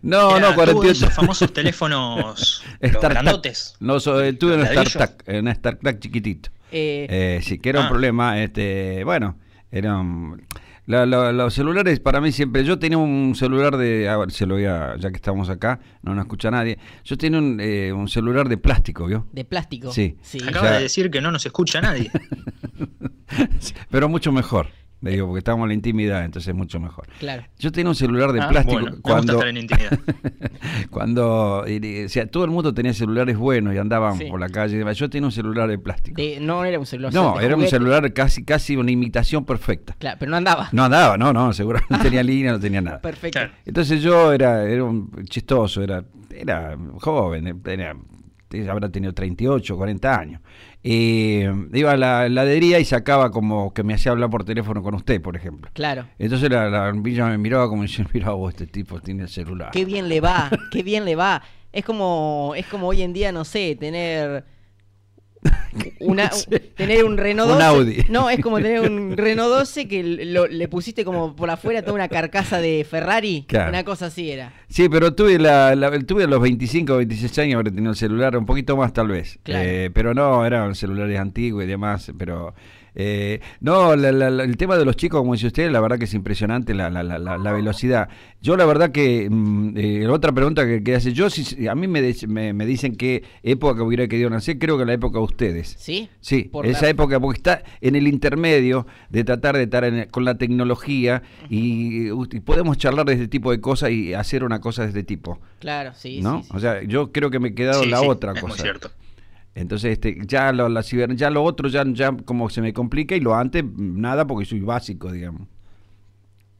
No,
Era- tuvo
no,
de
48.
esos famosos teléfonos los
(laughs) Startup.
grandotes.
No, so- eh, tuve un
¿Ladrillos?
StarTac, un StarTac chiquitito.
Eh,
Eh, sí, que era un
Ah.
problema, este, bueno, eran... la- la- los celulares para mí siempre, yo tenía un celular de, a ver, se lo voy a, ya que estamos acá, no nos escucha nadie, yo tenía un, eh, un celular de plástico, ¿vio?
de plástico.
sí.
Acaba
Ya.
de decir que no nos escucha nadie.
(laughs) Pero mucho mejor, le digo, porque estábamos en la intimidad, entonces mucho mejor.
claro.
Yo tenía un celular (laughs) de
Ah,
plástico
bueno, me gusta
cuando,
estar en
(laughs)
intimidad.
cuando, eh, o sea, todo el mundo tenía celulares buenos y andaban
Sí.
por la calle, y demás. yo tenía un celular de plástico.
De- no era un celular.
No,
de
era un
juguete.
celular casi, casi una imitación perfecta.
Claro, pero no andaba.
No andaba, no, no, seguro
(laughs)
no tenía línea, no tenía nada.
Perfecto.
Claro.
Entonces yo era, era un chistoso, era, era joven, eh, tenía- te- habrá tenido 38, 40 años. Eh, iba a la heladería y sacaba como que me hacía hablar por teléfono con usted, por ejemplo.
Claro.
Entonces la, la villa me miraba como diciendo, mira vos, este tipo tiene el celular.
Qué bien le va, qué bien le va. Es como, es como hoy en día, no sé,
(laughs)
tener una, tener un Renault
Un
12.
Audi.
No, es como tener un Renault 12 que lo- le pusiste como por afuera toda una carcasa de Ferrari.
Claro.
Una cosa así era.
Sí, pero tuve, la, la- tuve a los 25, 26 años, habré tenido el celular, un poquito más tal vez.
Claro.
Eh, pero no, eran celulares antiguos y demás, pero... eh, no, la- la- la- el tema de los chicos, como dice usted, la verdad que es impresionante la, la- la- la- la velocidad. Yo la verdad que, mm, eh, otra pregunta que, que hace, yo si- si, a mí me, de- me, me dicen qué época hubiera querido nacer, creo que la época de ustedes.
¿Sí?
Sí,
Por
esa
la-
época, porque está en el intermedio de tratar de estar en- con la tecnología y, y podemos charlar de este tipo de cosas y hacer una cosa de este tipo,
Claro, sí,
¿no?
sí, sí.
O sea, yo creo que me he quedado
Sí,
la
sí,
otra
es
cosa.
Muy cierto.
Entonces, este, ya lo, la ciber- ya lo otro ya, ya como se me complica y lo antes nada porque soy básico, digamos.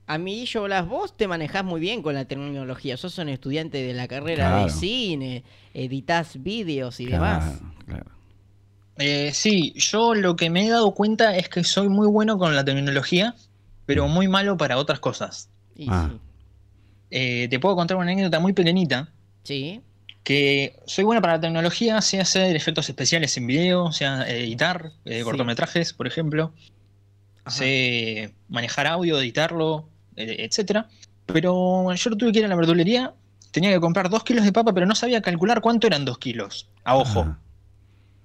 A mí, yo, las vos te manejás muy bien con la tecnología. Sos un estudiante de la carrera
Claro.
de cine, editás vídeos y demás.
Claro, claro.
Eh, sí, yo lo que me he dado cuenta es que soy muy bueno con la tecnología, pero
Mm.
muy malo para otras cosas.
Y
Ah.
Eh, te puedo contar una anécdota muy pequeñita,
sí. sí.
que soy bueno para la tecnología, sé hacer efectos especiales en video, sé editar eh,
Sí.
cortometrajes, por ejemplo,
Ajá.
sé manejar audio, editarlo, eh, etcétera. Pero yo tuve que ir a la verdulería, tenía que comprar dos kilos de papa, pero no sabía calcular cuánto eran dos kilos, a ojo.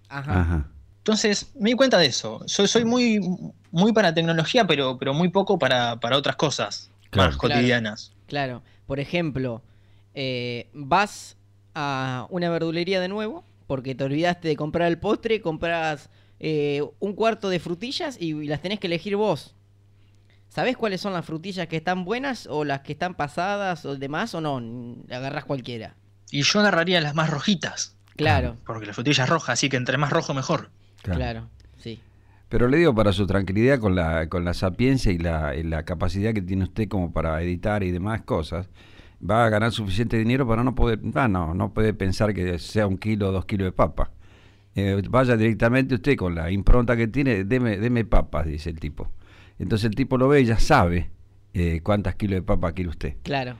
Ajá,
Ajá.
ajá.
Entonces, me di cuenta de eso. Soy, soy muy, muy para tecnología, pero, pero muy poco para, para otras cosas
Claro.
más
Claro.
cotidianas.
Claro, por ejemplo, eh, vas a una verdulería de nuevo, porque te olvidaste de comprar el postre, compras eh, un cuarto de frutillas y, y las tenés que elegir vos. ¿Sabés cuáles son las frutillas que están buenas o las que están pasadas o demás o no? N- Agarrás cualquiera.
Y yo agarraría las más rojitas.
Claro,
Porque la frutilla es roja, así que entre más rojo mejor.
claro,
Claro.
sí.
Pero le digo para su tranquilidad, con la, con la sapiencia y la, y la capacidad que tiene usted como para editar y demás cosas, va a ganar suficiente dinero para no poder, ah, no, no puede pensar que sea un kilo o dos kilos de papa. Eh, vaya directamente usted con la impronta que tiene, deme, deme papas, dice el tipo. Entonces el tipo lo ve y ya sabe eh, cuántas kilos de papa quiere usted.
Claro.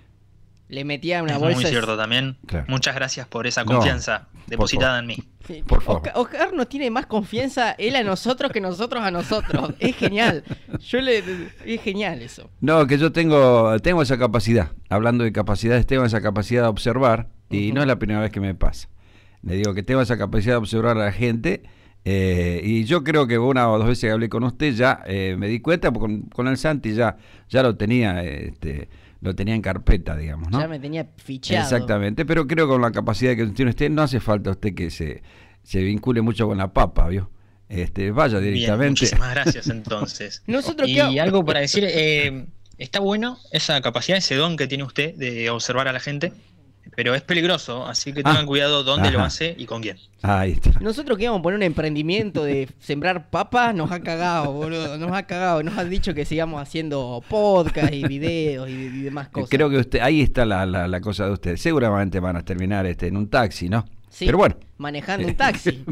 Le metía una
es
bolsa.
muy
de-
cierto también.
Claro.
Muchas gracias por esa
No,
confianza
por
depositada
favor.
en mí.
Sí,
Por favor.
Oscar, Oscar nos tiene más confianza él a nosotros que nosotros a nosotros. Es genial. Yo le. Es genial eso.
No, que yo tengo, tengo esa capacidad. Hablando de capacidades, tengo esa capacidad de observar y
Ujú.
no es la primera vez que me pasa. Le digo que tengo esa capacidad de observar a la gente eh, y yo creo que una o dos veces que hablé con usted ya eh, me di cuenta, porque con, con el Santi ya, ya lo tenía, eh, este, lo tenía en carpeta, digamos, ¿no?
Ya me tenía fichado.
Exactamente, pero creo que con la capacidad que tiene usted no hace falta usted que se, se vincule mucho con la papa, ¿vio? Este, vaya
Bien,
directamente.
muchísimas gracias
(laughs)
entonces.
Nosotros
y
qué hago-
algo
(laughs)
para decir, eh, está bueno esa capacidad, ese don que tiene usted de observar a la gente, pero es peligroso, así que
Ah.
tengan cuidado dónde lo
Ajá.
hace y con quién.
(laughs) Ahí está.
Nosotros que íbamos a poner un emprendimiento de sembrar papas, nos ha cagado, boludo. Nos ha cagado. Nos han dicho que sigamos haciendo podcast y videos y, y demás cosas.
Creo que usted, ahí está la, la- la cosa de usted. Seguramente van a terminar este, en un taxi, ¿no?
Sí,
Pero bueno,
Manejando
(laughs)
un taxi.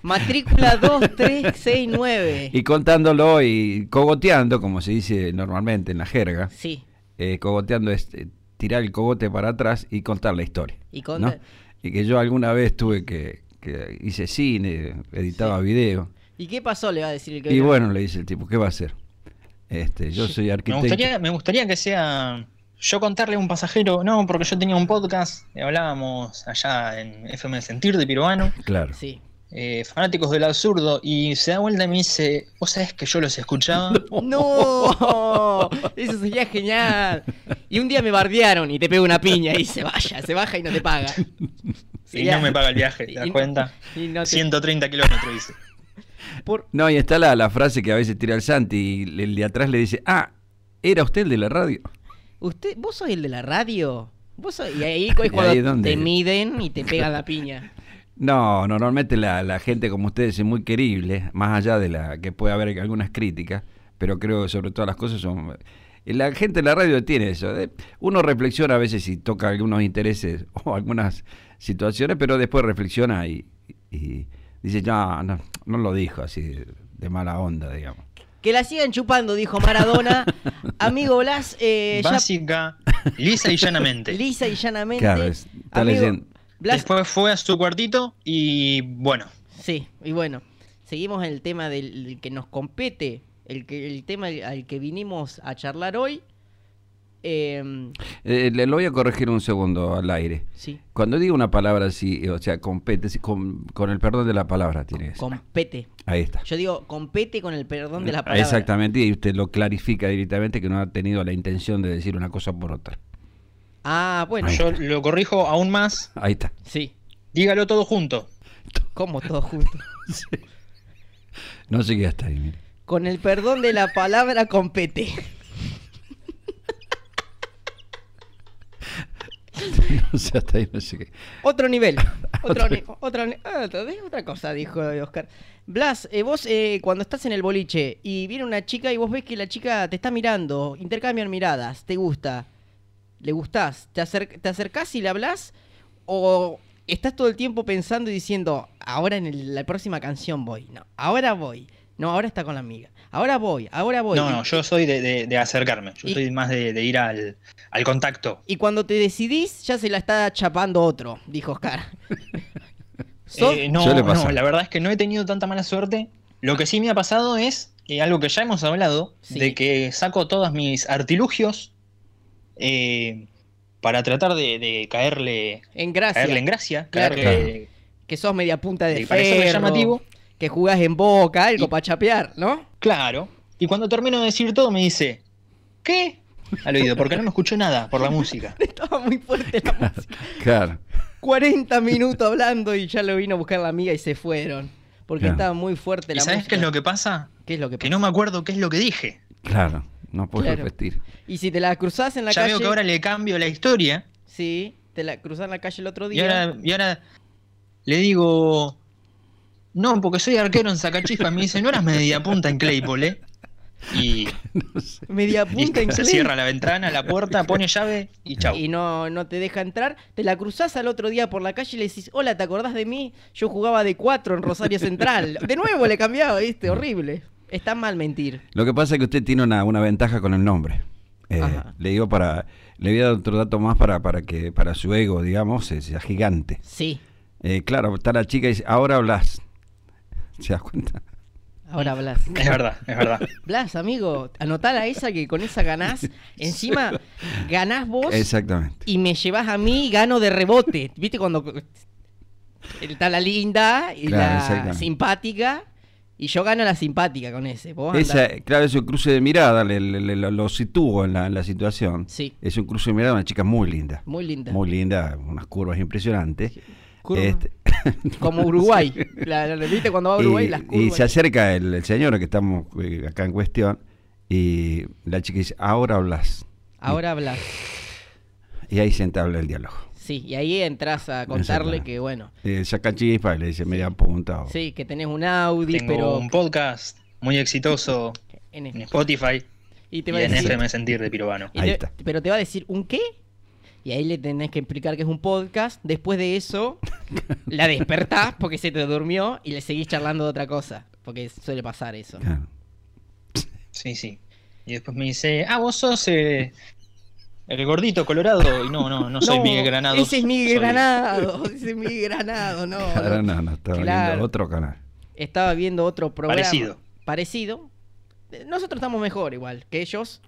Matrícula 2369.
y contándolo y cogoteando, como se dice normalmente en la jerga,
Sí.
eh, cogoteando es eh, tirar el cogote para atrás y contar la historia.
Y
¿no?
conta-
Y que yo alguna vez tuve que, que hice cine, editaba video.
¿Y qué pasó? Le va a decir el que
Y bueno, le dice el tipo, ¿qué va a hacer? Este, yo soy
Me
arquitecto.
gustaría, me gustaría que sea yo contarle a un pasajero, no, porque yo tenía un podcast, eh, hablábamos allá en FM Sentir de Piruano,
Claro.
Sí.
eh, fanáticos del absurdo, y se da vuelta y me dice, ¿vos sabés que yo los escuchaba?
(laughs)
¡No! (laughs) Eso sería genial. Y un día me bardearon y te pego una piña y se vaya, se baja y no te paga.
Y no me paga el viaje, ¿te das
Y-
cuenta?
y no te-
130 kilómetros, dice.
por-
No, y está la, la frase que a veces tira el Santi y el- el de atrás le dice, ah, ¿era usted el de la radio?
Usted, ¿Vos sos el de la radio? ¿Vos sos- Y ahí es cuando
ahí dónde?
te miden y te pegan la piña.
No, normalmente la, la gente como ustedes es muy querible, más allá de la que puede haber algunas críticas, pero creo que sobre todas las cosas son... eh, La gente de la radio tiene eso. de- Uno reflexiona a veces si toca algunos intereses (laughs) o algunas situaciones, pero después reflexiona y, y dice, no, no, no lo dijo así de, de mala onda, digamos.
Que la sigan chupando, dijo
(laughs)
Maradona. Amigo Blas, eh, ya
Básica, lisa
(laughs)
y llanamente.
lisa y llanamente.
Claro, es- está
Amigo
leyendo.
Blas,
Después fue a su cuartito y bueno,
Sí, y bueno, seguimos en el tema del, del que nos compete, el, que, el tema al, al que vinimos a charlar hoy. Em,
Eh, le lo voy a corregir un segundo al aire.
sí,
Cuando digo una palabra así, o sea, compete, sí, con, con el perdón de la palabra tiene que ser.
compete.
Ahí está.
Yo digo compete con el perdón de la palabra.
Exactamente, y usted lo clarifica directamente que no ha tenido la intención de decir una cosa por otra.
Ah, bueno,
Ahí.
yo lo corrijo aún más.
Ahí está.
sí,
Dígalo todo junto.
como todos juntos.
No sé qué hasta ahí, mire. (laughs)
Con el perdón de la palabra compete.
No sé hasta ahí, no sé qué.
Otro (laughs) nivel. Otro, ni- otro ni- ah, otra- es otra cosa, dijo Oscar. Blas, eh, vos eh, cuando estás en el boliche y viene una chica y vos ves que la chica te está mirando, intercambian miradas, te gusta, le gustás, te, acer- te acercás y le hablas o estás todo el tiempo pensando y diciendo, ahora en el- la próxima canción voy, no, ahora voy, no, ahora está con la amiga, ahora voy, ahora voy.
No,
Y-
no, yo soy de, de- de acercarme. Yo
Y-
soy más de, de ir al, al contacto.
Y cuando te decidís, ya se la está chapando otro, dijo Oscar.
(laughs)
Sos-
Eh, no,
Suele pasar.
no, la verdad es que no he tenido tanta mala suerte. Lo que sí me ha pasado es eh, algo que ya hemos hablado,
Sí.
de que saco todos mis artilugios eh, para tratar de, de caerle,
en gracia.
caerle en gracia,
Claro.
caerle
que sos media punta de
Y para eso es
ferro,
llamativo.
que jugás en boca, algo
Y-
para chapear, (laughs) ¿no?
Claro. Y cuando termino de decir todo me dice,
(laughs)
¿qué? Al oído, porque no me escuchó nada por la música.
Estaba muy fuerte la música.
Claro.
40 minutos hablando y ya lo vino a buscar la amiga y se fueron. Porque
Claro.
estaba muy fuerte
¿Y
la
sabes qué es
música.
lo que pasa?
¿Qué es lo que
Que
pasa?
no me acuerdo qué es lo que dije.
Claro, no puedo
Claro.
repetir.
Y si te la cruzás en la
ya
calle.
veo que ahora le cambio la historia
Sí, te la cruzás en la calle el otro
y
día.
ahora, y ahora le digo. No, porque soy arquero en Sacachispa. Me dice, no eras media punta en Claypole. eh?".
(laughs)
Y,
Media
(laughs) y
punta en
se
Clay.
cierra la ventana, la puerta, pone llave y chau.
y no, no te deja entrar, te la cruzás al otro día por la calle y le decís, hola, ¿te acordás de mí? Yo jugaba de cuatro en Rosario
(laughs)
Central. De nuevo le cambiaba, ¿viste? Horrible. Está mal mentir.
Lo que pasa es que usted tiene una, una ventaja con el nombre. Eh,
Ajá.
le digo para. Le voy a dar otro dato más para, para que para su ego, digamos, eh, sea gigante.
Sí,
Eh, claro, está la chica y dice, ahora hablas. ¿Se das cuenta?
ahora Blas.
Es verdad, es verdad.
Blas, amigo, anotala esa que con esa ganás. Encima, ganás vos
Exactamente.
y me llevas a mí y gano de rebote. ¿Viste cuando está la linda y
Claro,
la
exactamente.
simpática? Y yo gano la simpática con ese. Vos andá.
Esa, claro, es un cruce de mirada, le- le- le- lo- lo sitúo en la, en la situación.
Sí.
Es un cruce de mirada, una chica muy linda.
Muy linda.
Muy linda, unas curvas impresionantes.
Curva.
Este-
Como Uruguay. La- la- ¿Viste cuando va a Uruguay las
y
curvas?
se acerca el, el señor que estamos eh, acá en cuestión y la chica dice, ahora hablas.
Ahora hablas.
Y ahí se entabla el diálogo.
Sí, y ahí entras a contarle
Exactamente.
que, bueno,
Eh, saca chispa y le dice media punta. o-
sí, que tenés un Audi,
Tengo
pero...
un podcast muy exitoso
en- este
en Spotify
y te
y
va a
en este
decir-
FM Sentir de Pirobano.
y
Ahí
te-
está.
Pero te va a decir, ¿un qué? Y ahí le tenés que explicar que es un podcast. Después de
(laughs)
eso, la despertás porque se te durmió y le seguís charlando de otra cosa. Porque suele pasar eso.
Claro.
Sí, sí. Y después me dice, ah, vos sos eh, el gordito colorado. Y no, no, no soy Miguel Granados.
Ese es Miguel
Soy- (laughs)
Granado. Ese es Miguel Granado, no. no.
(laughs) Ahora no, no, estaba
Claro.
viendo otro canal.
Estaba viendo otro programa.
Parecido.
Parecido. Eh, Nosotros estamos mejor igual que ellos.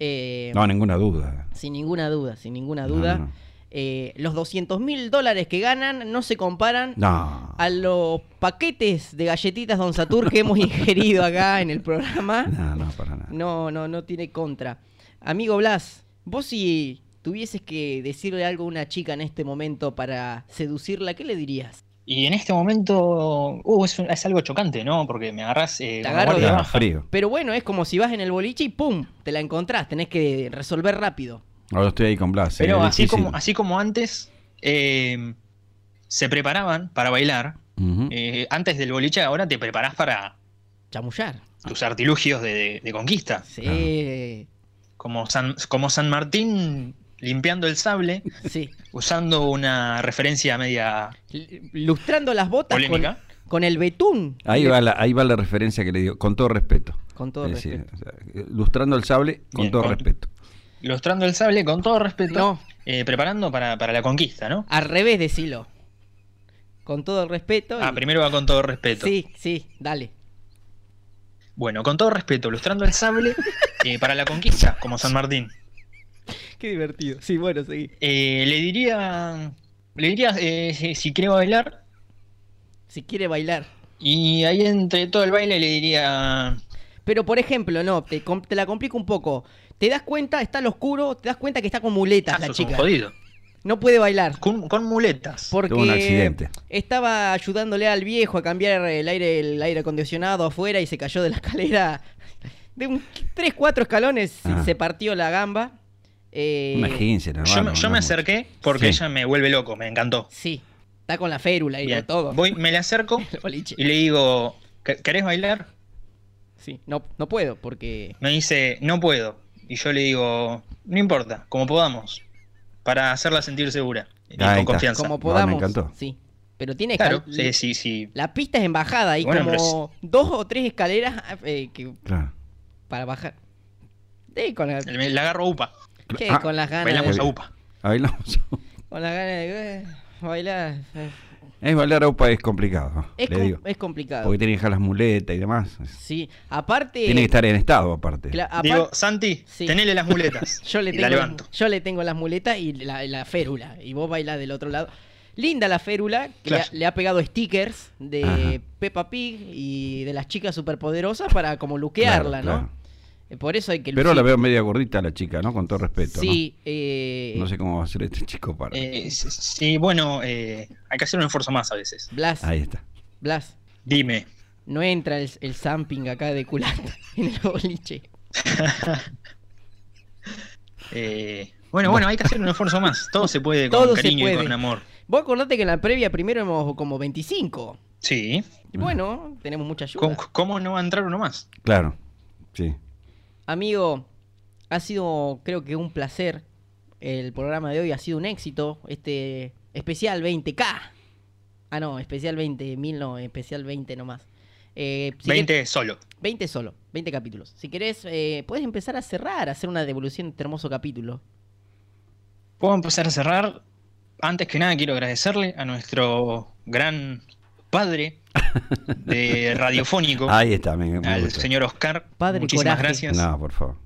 eh,
No, ninguna duda.
Sin ninguna duda, sin ninguna
No,
duda.
no, no.
Eh, los 200 mil dólares que ganan no se comparan
No.
a los paquetes de galletitas Don Satur que hemos (laughs) ingerido acá en el programa.
No, no, para nada.
No, no, no tiene contra. Amigo Blas, vos si tuvieses que decirle algo a una chica en este momento para seducirla, ¿qué le dirías?
Y en este momento, uh, es, un- es algo chocante, ¿no? Porque me agarras eh,
Te
con la
agarro
guardia
de-
Claro,
baja.
frío.
Pero bueno, es como si vas en el boliche y ¡pum! Te la encontrás, tenés que resolver rápido.
Ahora estoy ahí con Blas. eh,
Pero
es
así
difícil.
como, así como antes eh, se preparaban para bailar,
Ujú.
eh, antes del boliche ahora te preparás para
Chamullar.
tus artilugios de, de- de conquista.
Sí,
Ah.
Como San, como San Martín limpiando el sable,
sí.
usando una referencia media
L- Lustrando las botas con,
polémica.
con el betún.
Ahí, va la, ahí va la referencia que le digo, con todo respeto.
Con todo
Es decir,
respeto.
o sea, lustrando el sable, con
Bien,
todo
con-
respeto.
Lustrando el sable con todo respeto,
No,
eh, preparando para, para la conquista, ¿no?
al revés, decilo. Con todo el respeto.
Ah,
y-
primero va con todo respeto.
Sí, sí, dale.
Bueno, con todo respeto, lustrando
(laughs)
el sable eh, para la conquista, como San Martín.
Qué divertido. Sí, bueno, seguí.
Eh, le diría, le diría eh, si, si quiere bailar
Si quiere bailar.
y ahí entre todo el baile le diría,
Pero por ejemplo, no, te, com- te la complico un poco. Te das cuenta, está al oscuro, te das cuenta que está con muletas
ah,
la
sos un
chica.
jodido,
No puede bailar.
con, con muletas.
Porque
Tuvo un accidente.
estaba ayudándole al viejo a cambiar el aire, el aire acondicionado afuera y se cayó de la (laughs) escalera. De un 3, 4 escalones
Ah.
se partió la gamba. Eh,
Imagínense, hermano.
yo me- yo
no
me
es mucho.
acerqué porque
Sí.
ella me vuelve loco, me encantó.
Sí, está con la férula y
Bien,
con todo.
Voy, me le acerco
(laughs) El boliche.
y le digo, "¿Qué- ¿querés bailar?
Sí, no, no puedo porque...
Me dice, no puedo. Y yo le digo, no importa, como podamos. Para hacerla sentir segura y
Ahí
con
está.
confianza.
Como
me
podamos.
encantó.
Sí, pero tiene
Claro,
escal-
sí, sí, sí.
La pista es en bajada, hay
Bueno,
como dos o tres escaleras eh, que-
Claro.
para bajar. Sí, con, la-
Le le agarro a UPA.
che,
Ah,
con las ganas
Bailamos
de,
a UPA.
Bailamos.
con las ganas de eh, bailar. eh.
(laughs) Es bailar aupa es complicado,
Es,
le
com-
digo.
es complicado.
Porque tiene que dejar las muletas y demás.
Sí, aparte...
Tiene que estar en estado, aparte.
cla- apar-
Digo, Santi,
Sí.
tenele las
(laughs)
muletas.
yo, le
y
tengo,
la
las-
levanto.
yo le tengo las muletas y la, la férula. Y vos bailás del otro lado. Linda la férula, que
Claro.
le, ha, le ha pegado stickers de
Ajá.
Peppa Pig y de las chicas superpoderosas para como luquearla,
Claro,
¿no?
claro.
Por eso hay que
Pero la
lucir.
veo media gordita la chica, ¿no? Con todo respeto. ¿no?
Sí, eh,
No sé cómo va a ser este chico para.
Eh, sí, sí, bueno, eh, hay que hacer un esfuerzo más a veces.
Blas,
Ahí está.
Blas,
Dime.
no entra el, el zamping acá de culata (laughs) en el boliche.
Eh, bueno, bueno, hay que hacer un esfuerzo más. Todo se puede con
Todo se
cariño
puede.
y con amor.
Vos acordate que en la previa primero éramos como 25.
Sí.
Y bueno, tenemos mucha ayuda.
¿Cómo, cómo no va a entrar uno más?
Claro. Sí.
Amigo, ha sido creo que un placer. El programa de hoy ha sido un éxito. Este especial 20K. Ah, no, especial 20, mil no, especial 20 nomás. Eh, si
20
quer-
solo.
20 solo, 20 capítulos. Si querés, eh, puedes empezar a cerrar, a hacer una devolución de este hermoso capítulo. (laughs)
Puedo empezar a cerrar. Antes que nada, quiero agradecerle a nuestro gran
(laughs)
padre de radiofónico,
Ahí está, me, me
Oh. al
gusta.
señor Oscar.
Padre
Muchísimas
Coraje.
gracias.
No, por favor.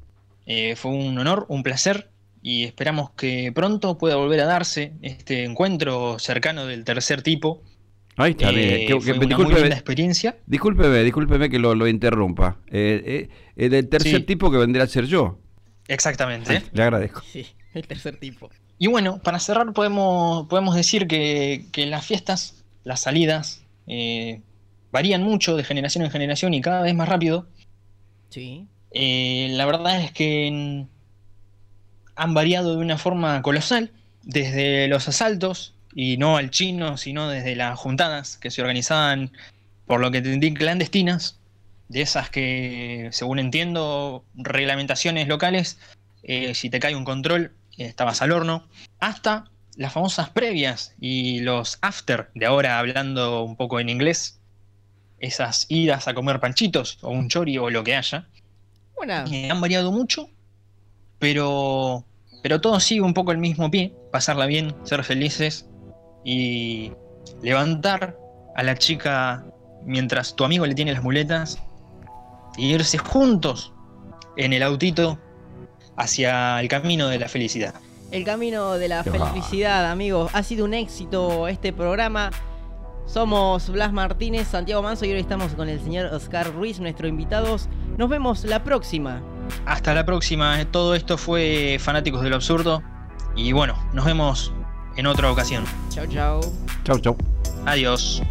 Eh, fue un honor, un placer y esperamos que pronto pueda volver a darse este encuentro cercano del tercer tipo.
Ahí está, bien.
Eh,
Que- que-
fue una muy linda
discúlpeme,
experiencia.
discúlpeme, discúlpeme que lo, lo interrumpa. Eh, eh, eh, del tercer
Sí.
tipo que vendría a ser yo.
Exactamente.
Le agradezco.
Sí, el tercer tipo.
Y bueno, para cerrar podemos, podemos decir que, que las fiestas, las salidas, eh, varían mucho de generación en generación y cada vez más rápido.
Sí.
Eh, la verdad es que en- han variado de una forma colosal, desde los asaltos, y no al chino, sino desde las juntadas que se organizaban, por lo que entendí, clandestinas, de esas que, según entiendo, reglamentaciones locales, eh, si te cae un control, eh, estabas al horno, hasta las famosas previas y los after, de ahora hablando un poco en inglés, esas idas a comer panchitos o un chori o lo que haya.
Bueno,
Eh, han variado mucho, pero, pero todo sigue un poco el mismo pie. Pasarla bien, ser felices y levantar a la chica mientras tu amigo le tiene las muletas y irse juntos en el autito hacia el camino de la felicidad.
el camino de la
Qué bárbaro.
felicidad, amigos. Ha sido un éxito este programa. Somos Blas Martínez, Santiago Manso y hoy estamos con el señor Oscar Ruiz, nuestro invitado. Nos vemos la próxima.
Hasta la próxima. Todo esto fue Fanáticos de lo Absurdo y bueno, nos vemos en otra ocasión.
Chao, chao.
Chau, chau.
Adiós.